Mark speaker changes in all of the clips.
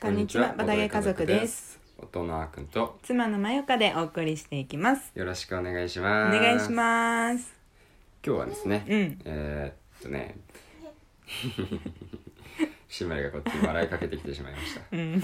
Speaker 1: こんにちは、バタゲ家族です。
Speaker 2: 夫のあーくんと
Speaker 1: 妻のまよかでお送りしていきます。
Speaker 2: よろしくお願いし
Speaker 1: お
Speaker 2: ます。
Speaker 1: 願いし
Speaker 2: す。
Speaker 1: ます。
Speaker 2: 今日はですね、
Speaker 1: うん
Speaker 2: えーっとね、 シマリがこっちに笑いかけてきてしまいました。
Speaker 1: うん、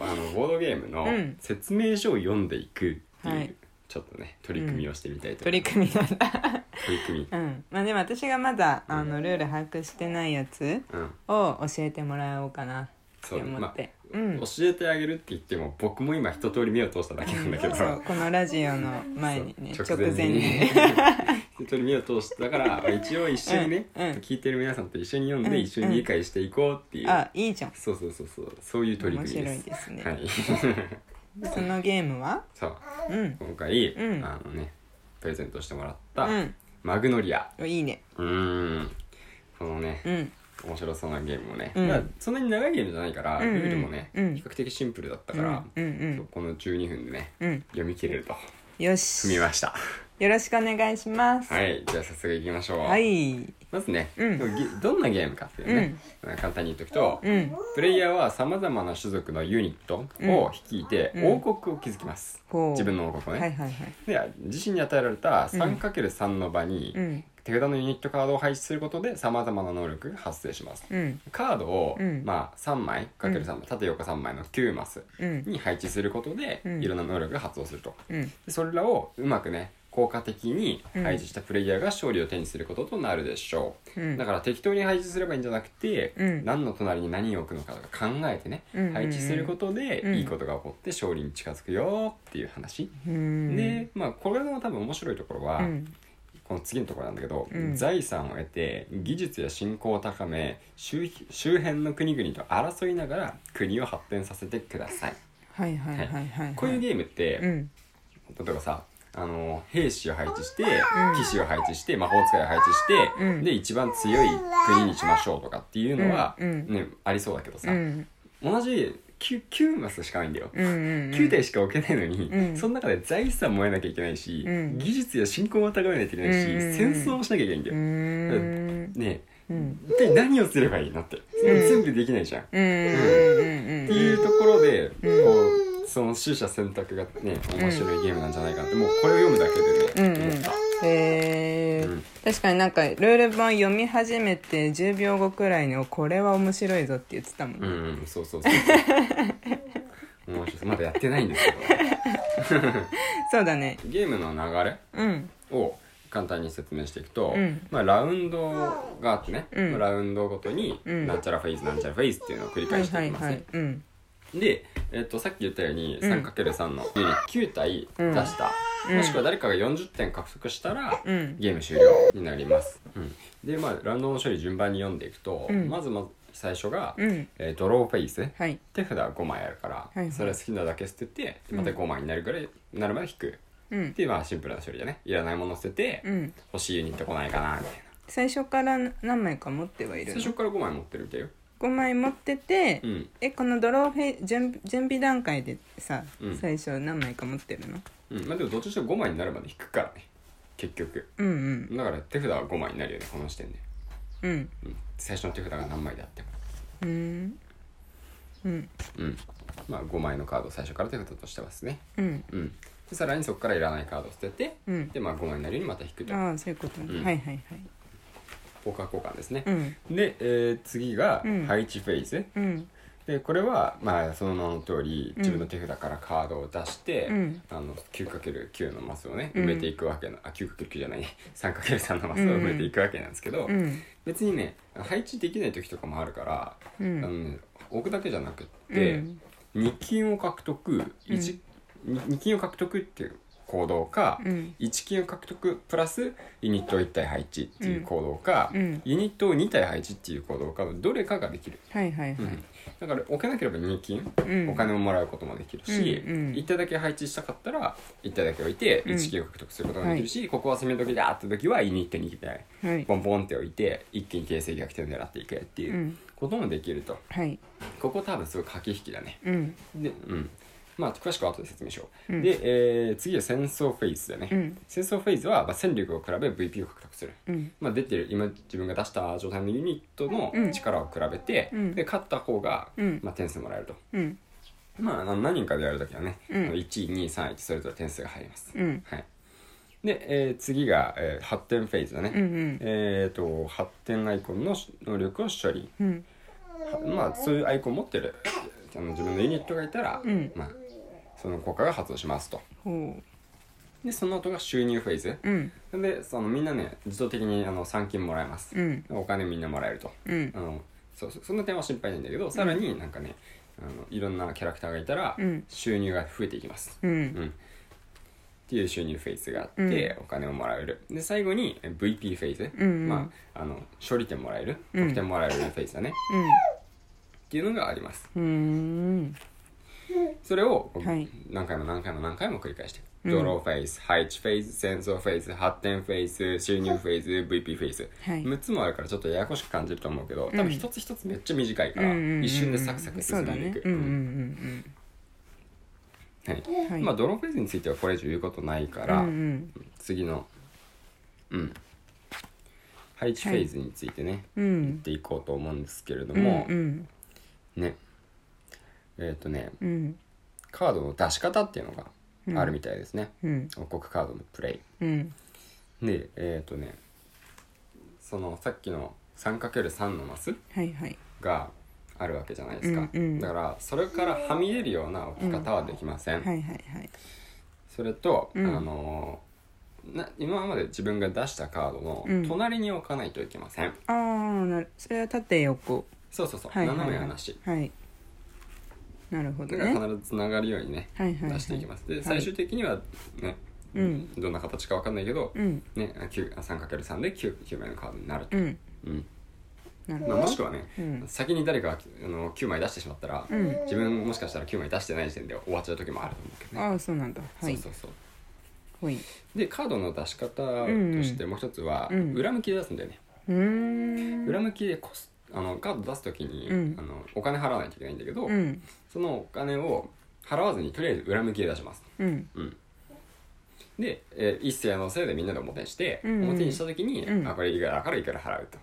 Speaker 2: あのボードゲームの
Speaker 1: うん
Speaker 2: 説明書を読んでいくっていう、
Speaker 1: はい
Speaker 2: ちょっとね取り組みをしてみたいと思
Speaker 1: 取り
Speaker 2: います。
Speaker 1: 組みなんだ。
Speaker 2: 取り組み。
Speaker 1: うん、まあでも私がまだあのルール把握してないやつ
Speaker 2: うん。
Speaker 1: を教えてもらおうかなって
Speaker 2: そう
Speaker 1: 思って、う
Speaker 2: 教
Speaker 1: ん。
Speaker 2: えてあげるって言っても僕も今一通り目を通しただけなんだけど。
Speaker 1: そうこのラジオの前にね
Speaker 2: そう
Speaker 1: 直前に
Speaker 2: 本当に目を通してだから一応一緒にね、
Speaker 1: うんうん
Speaker 2: 聞いてる皆さんと一緒に読んで、
Speaker 1: うん
Speaker 2: 一緒に理解していこうっていう、
Speaker 1: あいいじゃん
Speaker 2: そうそうそうそうそういう取り
Speaker 1: 面
Speaker 2: 組み
Speaker 1: 白い
Speaker 2: です
Speaker 1: ですね、
Speaker 2: はい
Speaker 1: そのゲームは
Speaker 2: そう
Speaker 1: うん
Speaker 2: 今回、
Speaker 1: うん
Speaker 2: あのねプレゼントしてもらっ
Speaker 1: う
Speaker 2: た、
Speaker 1: ん
Speaker 2: マグノリア
Speaker 1: おいいね
Speaker 2: うーんこのね
Speaker 1: う、ん
Speaker 2: 面白そうなゲームをね、
Speaker 1: うん
Speaker 2: まあそんなに長いゲームじゃないから、
Speaker 1: うんうん
Speaker 2: ルールもね、
Speaker 1: うん
Speaker 2: 比較的シンプルだった
Speaker 1: う
Speaker 2: か
Speaker 1: ん
Speaker 2: ら、
Speaker 1: うん
Speaker 2: そうこの12分でね
Speaker 1: うんうん
Speaker 2: 読み切れると
Speaker 1: よ
Speaker 2: 済み
Speaker 1: し
Speaker 2: ました
Speaker 1: よろしくお願いします
Speaker 2: はいじゃあ早速いきましょう
Speaker 1: はい
Speaker 2: まずね、
Speaker 1: うん
Speaker 2: でもゲどんなゲームかっていうね、まあ簡単に言っとくと、
Speaker 1: うん
Speaker 2: プレイヤーはさまざまな種族のユニットを率いて
Speaker 1: うん
Speaker 2: 王国を築きます、
Speaker 1: こう
Speaker 2: 自分の王国を
Speaker 1: はい
Speaker 2: ね、
Speaker 1: はいはい
Speaker 2: で自身に与えられた 3×3 の場に
Speaker 1: うん
Speaker 2: 手札のユニットカードを配置することでさまざまな能力が発生します
Speaker 1: うん
Speaker 2: カードを、
Speaker 1: うん
Speaker 2: まあ、3枚 ×3 枚、縦横3枚の9マス
Speaker 1: うん
Speaker 2: に配置することで、
Speaker 1: うん
Speaker 2: いろんな能力が発動すると
Speaker 1: うん
Speaker 2: でそれらをうまくね効果的に配置したプレイヤーが勝利を手にすることとなるでしょう、
Speaker 1: うん
Speaker 2: だから適当に配置すればいいんじゃなくて、
Speaker 1: うん
Speaker 2: 何の隣に何を置くのかとか考えてね、
Speaker 1: うんうんうん
Speaker 2: 配置することで
Speaker 1: うん
Speaker 2: いいことが起こって勝利に近づくよっていう話、
Speaker 1: うん
Speaker 2: でまあこれの多分面白いところは、
Speaker 1: うん
Speaker 2: この次のところなんだけど、
Speaker 1: うん
Speaker 2: 財産を得て技術や信仰を高め周周辺の国々と争いながら国を発展させてください、
Speaker 1: はいはいはいはいはい
Speaker 2: こういうゲームって、
Speaker 1: うん
Speaker 2: 例えばさあの兵士を配置して、騎士を配置して魔法使いを配置して、
Speaker 1: うん
Speaker 2: で一番強い国にしましょうとかっていうのは、
Speaker 1: うんうん
Speaker 2: ね、ありそうだけどさ、
Speaker 1: うん
Speaker 2: 同じ 9, 9マスしかないんだよ、
Speaker 1: うんうん
Speaker 2: 9体しか置けないのに、
Speaker 1: うん
Speaker 2: その中で財産も得なきゃいけないし、
Speaker 1: うん
Speaker 2: 技術や信仰も高めないといけないし、
Speaker 1: うんうんうん
Speaker 2: 戦争もしなきゃいけないんだ
Speaker 1: う
Speaker 2: よ、
Speaker 1: ん
Speaker 2: ね
Speaker 1: うん
Speaker 2: 一体何をすればいいのって、全部できないじゃん、
Speaker 1: うんうん
Speaker 2: っていうところで、こうその取捨選択がね面白いゲームなんじゃないかなってもうこれを読むだけでね、思った。
Speaker 1: へえ、
Speaker 2: うん
Speaker 1: 確かになんかルール本読み始めて10秒後くらいに「これは面白いぞ」って言ってたもん、
Speaker 2: うんうん、そうそうそうそう。面白いまだやってないんですけ
Speaker 1: そうだね
Speaker 2: ど。ゲームの流
Speaker 1: うん
Speaker 2: れを簡単に説明していくと、
Speaker 1: うん
Speaker 2: まあラウンドがあってね、
Speaker 1: うん
Speaker 2: ラウンドごとに、
Speaker 1: うん
Speaker 2: なんちゃらフェイズなんちゃらフェイズっていうのを繰り
Speaker 1: は
Speaker 2: 返
Speaker 1: い
Speaker 2: して
Speaker 1: はいい
Speaker 2: きますね。
Speaker 1: はいうん
Speaker 2: で、えっとさっき言ったように
Speaker 1: うん
Speaker 2: 3×3 のユニット9体出した、
Speaker 1: うん
Speaker 2: もしくは誰かが40点獲得したら、
Speaker 1: うん
Speaker 2: ゲーム終了になります、うんでまあラウンドの処理順番に読んでいくと、
Speaker 1: うん
Speaker 2: まずまず最初が、
Speaker 1: うん
Speaker 2: えードローフェイス
Speaker 1: はい
Speaker 2: 手札は5枚あるから、
Speaker 1: いはい
Speaker 2: それは好きなだけ捨ててまた5枚になるぐらい、なるまで引く
Speaker 1: うん
Speaker 2: でまあシンプルな処理だねいらないもの捨てて、
Speaker 1: うん
Speaker 2: 欲しいユニット来ないかなみたいな
Speaker 1: 最初から何枚か持ってはいる
Speaker 2: 最初
Speaker 1: の
Speaker 2: から5枚持ってるみたいよ
Speaker 1: 5枚持ってて、
Speaker 2: うん
Speaker 1: えこのドローフェイ準準備段階でさ、
Speaker 2: うん
Speaker 1: 最初何枚か持ってるの
Speaker 2: うんまあでもどっちにしても5枚になるまで引くからね結局
Speaker 1: うんうん
Speaker 2: だから手札は5枚になるよねこの時点で、
Speaker 1: うん
Speaker 2: うん、最初の手札が何枚であっても
Speaker 1: うんうん
Speaker 2: うんまあ5枚のカードを最初から手札としてますね
Speaker 1: うん
Speaker 2: うんでさらにそこからいらないカードを捨てて、
Speaker 1: うん
Speaker 2: でまあ5枚になるようにまた引くと
Speaker 1: ああそういうことね、
Speaker 2: うん
Speaker 1: はいはいはい
Speaker 2: ポーカー交換ですね
Speaker 1: う、ん
Speaker 2: で、えー次が
Speaker 1: うん
Speaker 2: 配置フェーズ、
Speaker 1: うん
Speaker 2: でこれはまあその名の通り
Speaker 1: うん
Speaker 2: 自分の手札からカードを出して、
Speaker 1: うん
Speaker 2: あの 9×9 のマスをね
Speaker 1: うん
Speaker 2: 埋めていくわけな、あ 9×9 じゃない 3×3 のマスを埋めていくわけなんですけど、
Speaker 1: うん
Speaker 2: 別にね配置できない時とかもあるから、
Speaker 1: う
Speaker 2: あの
Speaker 1: ん
Speaker 2: ね置くだけじゃなくって、
Speaker 1: うん
Speaker 2: 2金を獲得1、二二金を獲得っていう行動か、
Speaker 1: うん
Speaker 2: 1金を獲得プラスユニットを1体配置っていう行動か、
Speaker 1: うんうん
Speaker 2: ユニットを2体配置っていう行動かどれかができる、
Speaker 1: はいはいはい、
Speaker 2: だから置けなければ2金、
Speaker 1: うん
Speaker 2: お金をもらうこともできるし、
Speaker 1: うんうん
Speaker 2: 1体だけ配置したかったら1体だけ置いて
Speaker 1: うん
Speaker 2: 1金を獲得することができるし、ここは攻め時だって時はユニットに体
Speaker 1: はい
Speaker 2: ボンボンって置いて一気に形勢逆転を狙っていくっていううんこともできると、
Speaker 1: はい
Speaker 2: ここ多分すごい駆け引きだね
Speaker 1: うん
Speaker 2: でうんまあ詳しくは後で説明しよう、
Speaker 1: うん
Speaker 2: で、えー次は戦争フェーズだよね、
Speaker 1: うん
Speaker 2: 戦争フェーズは、まあ、戦力を比べ VP を獲得する、
Speaker 1: うん
Speaker 2: まあ、出てる今自分が出した状態のユニットの力を比べて、
Speaker 1: うん
Speaker 2: で勝った方が、
Speaker 1: うん
Speaker 2: まあ、点数もらえると
Speaker 1: うん
Speaker 2: まああの何人かでやるときはね、
Speaker 1: うん
Speaker 2: 1位2位3位ってそれぞれ点数が入ります、
Speaker 1: うん
Speaker 2: はい、で、えー次が、えー発展フェーズだね、
Speaker 1: うんうん
Speaker 2: えー、と発展アイコンの能力を処理
Speaker 1: うん
Speaker 2: はまあそういうアイコン持ってるあの自分のユニットがいたら、
Speaker 1: ん
Speaker 2: まあ、その効果が発動しますと
Speaker 1: ほ
Speaker 2: でその後が収入フェーズ
Speaker 1: ううん
Speaker 2: でそのみんなね自動的にあの参金もらえます、
Speaker 1: うん
Speaker 2: お金みんなもらえると、
Speaker 1: うん
Speaker 2: あのそうそうそんな点は心配ないんだけどさらになんかね、あのいろんなキャラクターがいたら、
Speaker 1: うん
Speaker 2: 収入が増えていきます、
Speaker 1: う
Speaker 2: うんんっていう収入フェーズがあって、お金をもらえるで最後にえ VP フェーズ、
Speaker 1: うんうん
Speaker 2: まあ、あの勝利点もらえる
Speaker 1: うん
Speaker 2: 得点もらえるフェーズだね、っていうのがあります
Speaker 1: うんうん
Speaker 2: それをこう
Speaker 1: はい
Speaker 2: 何回も何回も何回も繰り返して
Speaker 1: うん
Speaker 2: ドローフェーズ、配置フェーズ、戦争フェーズ、発展フェーズ、収入フェーズ、VP フェーズ、
Speaker 1: はい
Speaker 2: 6つもあるからちょっとややこしく感じると思うけど多
Speaker 1: うん
Speaker 2: 分一つ一つめっちゃ短いか
Speaker 1: うん
Speaker 2: ら、
Speaker 1: うん
Speaker 2: 一瞬でサクサク進
Speaker 1: そうんだ
Speaker 2: でい
Speaker 1: ね
Speaker 2: く、
Speaker 1: うんうん
Speaker 2: はい
Speaker 1: うんうん
Speaker 2: まあ
Speaker 1: はい
Speaker 2: ドローフェーズについてはこれ以上言うことないから、
Speaker 1: うんうん
Speaker 2: 次のうん配置フェーズについてね、
Speaker 1: う
Speaker 2: 言っ
Speaker 1: ん
Speaker 2: ていこうと思うんですけれども、
Speaker 1: うん
Speaker 2: ねえっ、とね
Speaker 1: うんうん
Speaker 2: カードの出し方っていうのがあるみたいですね、
Speaker 1: うん
Speaker 2: 王国カードのプレ
Speaker 1: うん
Speaker 2: イでえっ、とねそのさっきの 3×3 のマス
Speaker 1: はいはい
Speaker 2: があるわけじゃないですか、
Speaker 1: うんうん
Speaker 2: だからそれからはみ出るような置き方はできません、
Speaker 1: はいはいはい
Speaker 2: それと、
Speaker 1: うん
Speaker 2: あのーな今まで自分が出したカードの
Speaker 1: うん
Speaker 2: 隣に置かないといけません、
Speaker 1: ああなるそれは縦横
Speaker 2: そうそうそう、
Speaker 1: はいはい
Speaker 2: 斜めはなし
Speaker 1: はいなるほど
Speaker 2: だ
Speaker 1: ね
Speaker 2: から必ずつながるようにね、
Speaker 1: はいはいはい
Speaker 2: 出していきます
Speaker 1: は
Speaker 2: で
Speaker 1: い
Speaker 2: 最終的にはね、
Speaker 1: うん
Speaker 2: どんな形かわかんないけど、
Speaker 1: うん
Speaker 2: ね、9 3×3 で 9, 9枚のカードになると
Speaker 1: う、ん
Speaker 2: うん
Speaker 1: なるほ
Speaker 2: まあ、も
Speaker 1: ど
Speaker 2: しくはね、
Speaker 1: うん
Speaker 2: 先に誰かがあの9枚出してしまったら、
Speaker 1: うん
Speaker 2: 自分もしかしたら9枚出してない時点で終わっちゃう時もあると思うけどね、
Speaker 1: ああそうなんだはい
Speaker 2: そうそうそう
Speaker 1: ほいう
Speaker 2: でカードの出し方としてもう一つは、
Speaker 1: うん
Speaker 2: 裏向きで出すんだよね、
Speaker 1: ーん
Speaker 2: 裏向きでコスあのカード出す時に、
Speaker 1: うん
Speaker 2: あのお金払わないといけないんだけど、
Speaker 1: うん
Speaker 2: そのお金を払わずにとりあえず裏向きで出します
Speaker 1: うん
Speaker 2: うんで、えー一斉のせいでみんなで表にして、
Speaker 1: うんうん
Speaker 2: 表にした時に、
Speaker 1: うん
Speaker 2: あこれいくらだからいくら払うと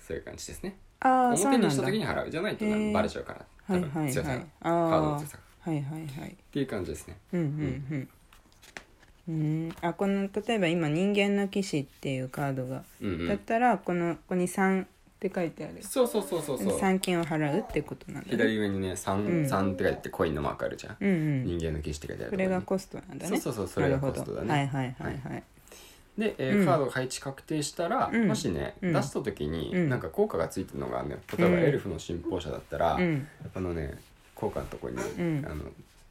Speaker 2: そういう感じですね
Speaker 1: ああそうな
Speaker 2: 表
Speaker 1: んだ
Speaker 2: にした時に払うじゃないと
Speaker 1: へ
Speaker 2: な
Speaker 1: ー
Speaker 2: バレちゃうから
Speaker 1: はいはい
Speaker 2: 強さ
Speaker 1: はい
Speaker 2: がカ
Speaker 1: あ
Speaker 2: ードの
Speaker 1: あ
Speaker 2: 強さが
Speaker 1: はいはいはい
Speaker 2: っていう感じですね
Speaker 1: うんうんうんうんあこの例えば今「人間の騎士」っていうカードが、
Speaker 2: うんう
Speaker 1: だっ
Speaker 2: ん
Speaker 1: たらこのここに「3」って書いてある
Speaker 2: そうそうそうそうそう
Speaker 1: 三金を払うってことなんだ、ね、
Speaker 2: 左上にね
Speaker 1: う
Speaker 2: 3
Speaker 1: ん
Speaker 2: 三って書いてコインのマークあるじゃん、
Speaker 1: うんうん
Speaker 2: 人間の騎士って書いてある
Speaker 1: ことれ
Speaker 2: ろ
Speaker 1: が
Speaker 2: ね
Speaker 1: コストなんだね
Speaker 2: そうそうそうそれがコストだね
Speaker 1: なるほどはいはいはいはい
Speaker 2: で、えー
Speaker 1: うん
Speaker 2: カードが配置確定したら、
Speaker 1: うん
Speaker 2: もしね、
Speaker 1: うん
Speaker 2: 出した時に、
Speaker 1: うん
Speaker 2: なんか効果がついてるのがね例えば
Speaker 1: うん
Speaker 2: エルフの信奉者だったら、
Speaker 1: うん
Speaker 2: あのね効果のとこに、
Speaker 1: ん
Speaker 2: あの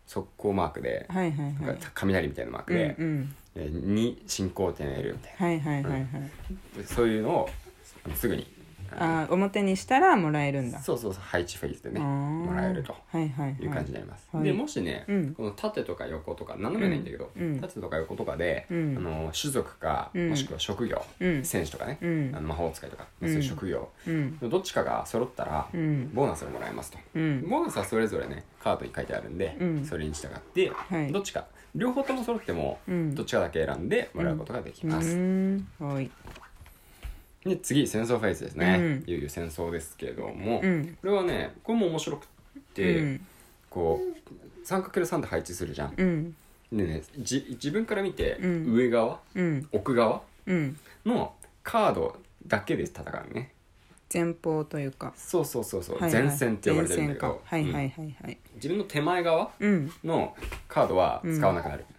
Speaker 2: 速攻マークで、
Speaker 1: はいはい
Speaker 2: な
Speaker 1: は
Speaker 2: ん
Speaker 1: い
Speaker 2: か雷みたいなマークで、
Speaker 1: うんうん
Speaker 2: えーに進行点を得るみたい
Speaker 1: はいはいはいはい、
Speaker 2: なそういうのをあのすぐにあ
Speaker 1: あー表にしたらもらえるん
Speaker 2: の
Speaker 1: だ
Speaker 2: そうそうそう配置フェーズでね
Speaker 1: あー
Speaker 2: もらえると
Speaker 1: はいはいはい
Speaker 2: いう感じになります、
Speaker 1: はい
Speaker 2: でもしね、
Speaker 1: うん
Speaker 2: この縦とか横とか斜めないんだけど、
Speaker 1: うん
Speaker 2: 縦とか横とかで、
Speaker 1: うん
Speaker 2: あの種族か、
Speaker 1: うん
Speaker 2: もしくは職業、
Speaker 1: うん
Speaker 2: 選手とかね、
Speaker 1: うん
Speaker 2: あの魔法使いとか、まあそういう職業、
Speaker 1: うん
Speaker 2: どっちかが揃ったら、
Speaker 1: うん
Speaker 2: ボーナスをもらえますと、
Speaker 1: うん
Speaker 2: ボーナスはそれぞれねカードに書いてあるんで、
Speaker 1: うん
Speaker 2: それに従って、
Speaker 1: はい
Speaker 2: どっちか両方とも揃っても、
Speaker 1: うん
Speaker 2: どっちかだけ選んでもらうことができ
Speaker 1: う
Speaker 2: ます、
Speaker 1: ーんはい
Speaker 2: で次戦争フェーズですね、
Speaker 1: うん
Speaker 2: いよいよ戦争ですけども、
Speaker 1: うん
Speaker 2: これはねこれも面白くって、
Speaker 1: うん
Speaker 2: こう 3×3 で配置するじゃん、
Speaker 1: うん
Speaker 2: でねじ自分から見て、
Speaker 1: うん
Speaker 2: 上側
Speaker 1: うん
Speaker 2: 奥側
Speaker 1: うん
Speaker 2: のカードだけで戦うね
Speaker 1: 前方というか
Speaker 2: そうそうそうそう、
Speaker 1: はいはい
Speaker 2: 前線って呼ばれてるんだけど、
Speaker 1: 前線かはいは
Speaker 2: う
Speaker 1: いは
Speaker 2: ん
Speaker 1: いはい
Speaker 2: 自分の手前側
Speaker 1: うん
Speaker 2: のカードは使わなくなる、
Speaker 1: うん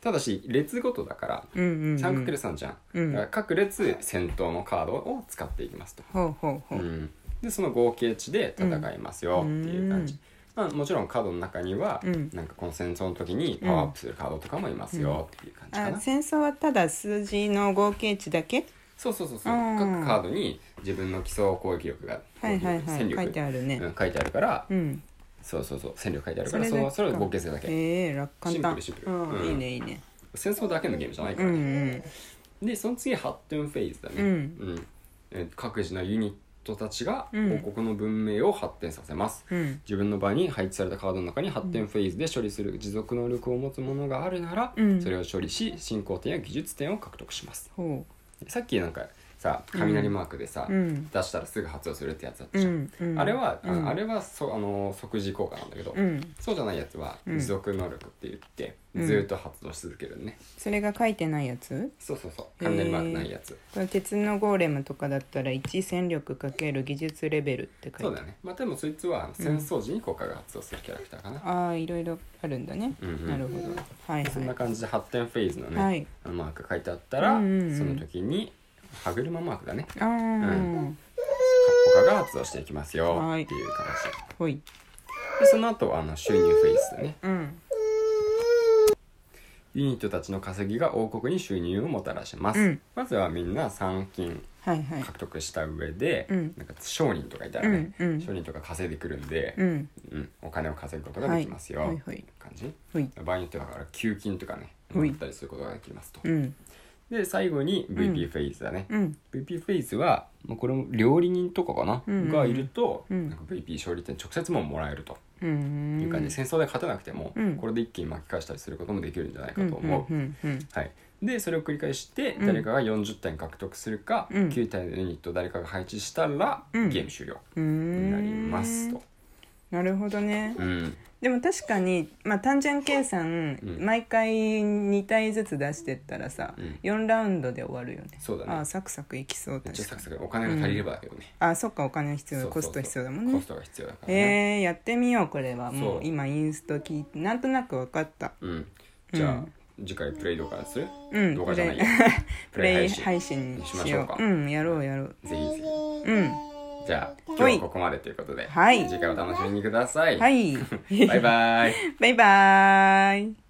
Speaker 2: ただし列ごとだから
Speaker 1: うんうんうん
Speaker 2: 3×3 じゃん、
Speaker 1: うん
Speaker 2: だから各列先頭のカードを使っていきますと、
Speaker 1: ほうほうほ
Speaker 2: う
Speaker 1: うん
Speaker 2: でその合計値で戦いますよっていう感じ、
Speaker 1: うん
Speaker 2: まあ、もちろんカードの中には、
Speaker 1: うん
Speaker 2: なんかこの戦争の時にパワーアップするカードとかもいますよっていう感じかな、
Speaker 1: あ戦争はただ数字の合計値だけ
Speaker 2: そうそうそうそう
Speaker 1: うん
Speaker 2: 各カードに自分の基礎攻撃力が
Speaker 1: はいはいは
Speaker 2: 戦
Speaker 1: い
Speaker 2: 力
Speaker 1: 書いてある
Speaker 2: う
Speaker 1: ね
Speaker 2: ん書いてあるから、
Speaker 1: うん
Speaker 2: そうそうそう戦力書いてあるから
Speaker 1: それ
Speaker 2: そ
Speaker 1: だけ
Speaker 2: のそれを合計するだけ
Speaker 1: ええ楽簡単
Speaker 2: シンプルシンプル
Speaker 1: うん
Speaker 2: うん
Speaker 1: いいねいいね
Speaker 2: 戦争だけのゲームじゃないか
Speaker 1: う
Speaker 2: ら
Speaker 1: ん
Speaker 2: ね、
Speaker 1: うん
Speaker 2: でその次発展フェーズだね、
Speaker 1: うん
Speaker 2: うんえー各自のユニッ人たちが
Speaker 1: うん
Speaker 2: 王国の文明を発展させます、
Speaker 1: うん
Speaker 2: 自分の場に配置されたカードの中に発展フェーズで処理する持続能力を持つものがあるなら、
Speaker 1: うん
Speaker 2: それを処理し進行点や技術点を獲得します
Speaker 1: ほ
Speaker 2: さっきなんかさ雷マークでさ、
Speaker 1: ううん
Speaker 2: 出したらすぐ発動するってやつだった
Speaker 1: う
Speaker 2: じゃん、
Speaker 1: んうん
Speaker 2: あれは、あの
Speaker 1: うん
Speaker 2: あれはそあの即時効果なんだけど、
Speaker 1: うん
Speaker 2: そうじゃないやつは
Speaker 1: うん
Speaker 2: 持続能力って言って、
Speaker 1: うん
Speaker 2: ずーっと発動し続けるね、
Speaker 1: それが書いてないやつ
Speaker 2: そうそうそう
Speaker 1: へー
Speaker 2: 雷マークないやつ、
Speaker 1: これ鉄のゴーレムとかだったら1戦力×技術レベルって書
Speaker 2: そう
Speaker 1: いて
Speaker 2: だ
Speaker 1: ある
Speaker 2: ねまあでもそいつは戦争時に効果が発動するキャラクターかな、
Speaker 1: ああいろいろあるんだね、
Speaker 2: うんうん
Speaker 1: なるほどはい
Speaker 2: そんな
Speaker 1: は
Speaker 2: 感じで発展フェーズの
Speaker 1: い
Speaker 2: ね、
Speaker 1: はい
Speaker 2: あのマーク書いてあったら、
Speaker 1: うんうんうん
Speaker 2: その時に歯車マークだね
Speaker 1: ああ、
Speaker 2: ん効果が発動していきますよ
Speaker 1: はい
Speaker 2: っていう形
Speaker 1: ほい
Speaker 2: でその後あの収入フェーズだね
Speaker 1: うん
Speaker 2: ユニットたちの稼ぎが王国に収入をもたらします、
Speaker 1: うん
Speaker 2: まずはみんな参金
Speaker 1: はいはい
Speaker 2: 獲得した上で、
Speaker 1: うん
Speaker 2: なんか商人とかいたらね、
Speaker 1: うんうん
Speaker 2: 商人とか稼いでくるんで、
Speaker 1: うん
Speaker 2: うんお金を稼ぐことが
Speaker 1: は
Speaker 2: で
Speaker 1: い
Speaker 2: きますよ、
Speaker 1: はいはい
Speaker 2: 感じ
Speaker 1: ほい
Speaker 2: 場合によってはだから給金とかね
Speaker 1: ほい
Speaker 2: もらったりすることができますと、
Speaker 1: うん
Speaker 2: で最後に
Speaker 1: う
Speaker 2: VP フェイズだね、
Speaker 1: うん
Speaker 2: VP フェイズは、まあ、これも料理人とかかな、
Speaker 1: うんうん
Speaker 2: がいると、
Speaker 1: うん
Speaker 2: なんか VP 勝利点直接ももらえると
Speaker 1: うんうん
Speaker 2: いう感じで、戦争で勝たなくても、
Speaker 1: うん
Speaker 2: これで一気に巻き返したりすることもできるんじゃないかと思う、
Speaker 1: うんうんうん
Speaker 2: はい、でそれを繰り返して
Speaker 1: うん
Speaker 2: 誰かが40点獲得するか、
Speaker 1: うん
Speaker 2: 9体のユニットを誰かが配置したら、
Speaker 1: うん
Speaker 2: ゲーム終了
Speaker 1: うーん
Speaker 2: になりますと。
Speaker 1: なるほどね、
Speaker 2: うん
Speaker 1: でも確かに、まあ、単純計算、
Speaker 2: うん
Speaker 1: 毎回2体ずつ出してったらさ、
Speaker 2: うん
Speaker 1: 4ラウンドで終わるよね
Speaker 2: そうだね
Speaker 1: ああサクサクいきそう
Speaker 2: めっ
Speaker 1: 確
Speaker 2: ちゃサ
Speaker 1: か
Speaker 2: ク
Speaker 1: に
Speaker 2: サクお金が足りればだけどね、
Speaker 1: あそっかお金必要
Speaker 2: そうそ
Speaker 1: コ
Speaker 2: うそう
Speaker 1: スト必要だもんね
Speaker 2: コストが必要だからね、
Speaker 1: えー、やってみようこれはも
Speaker 2: そう
Speaker 1: う今インスト聞いてなんとなく分かった
Speaker 2: うんじゃあ、
Speaker 1: うん
Speaker 2: 次回プレイ動画する、
Speaker 1: うん
Speaker 2: 動画じゃないよ
Speaker 1: プレイ
Speaker 2: プ
Speaker 1: 配信に
Speaker 2: しま
Speaker 1: し
Speaker 2: しょ
Speaker 1: よ
Speaker 2: う
Speaker 1: う
Speaker 2: か、
Speaker 1: うんやろうやろう
Speaker 2: ぜひぜひ
Speaker 1: うん
Speaker 2: じゃあ今
Speaker 1: は
Speaker 2: 日
Speaker 1: い
Speaker 2: はここまでということで、
Speaker 1: はい
Speaker 2: 次回お楽しみにください、
Speaker 1: はい
Speaker 2: バイバイ
Speaker 1: バイバーイ